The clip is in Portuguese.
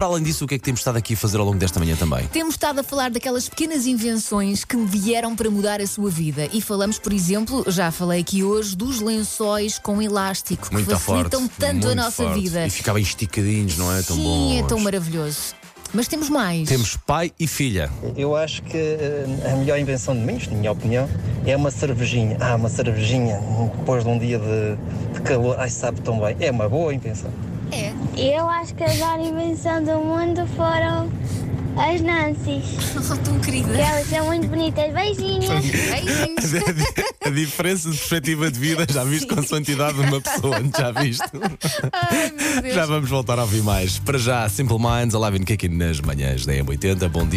Para além disso, o que é que temos estado aqui a fazer ao longo desta manhã também? Temos estado a falar daquelas pequenas invenções que vieram para mudar a sua vida. E falamos, por exemplo, já falei aqui hoje, dos lençóis com elástico, que Muito facilitam forte. tanto muito a nossa forte. vida. E ficavam esticadinhos, não é? Tão Sim, bons. é tão maravilhoso. Mas temos mais. Temos pai e filha. Eu acho que eh, a melhor invenção de mim, na minha opinião, é uma cervejinha. Ah, uma cervejinha depois de um dia de, de calor. Ai, sabe tão bem. É uma boa invenção. É. Eu acho que a melhor invenção do mundo foram as Nancy's. Oh, tão querida. Elas são muito bonitas. Beijinhos! Beijinhos. A diferença de perspectiva de vida, já viste com a santidade de uma pessoa, não já viste? Ai, meu Deus. Já vamos voltar a ouvir mais. Para já, Simple Minds, a Lavin Kicking nas manhãs da M80. Bom dia.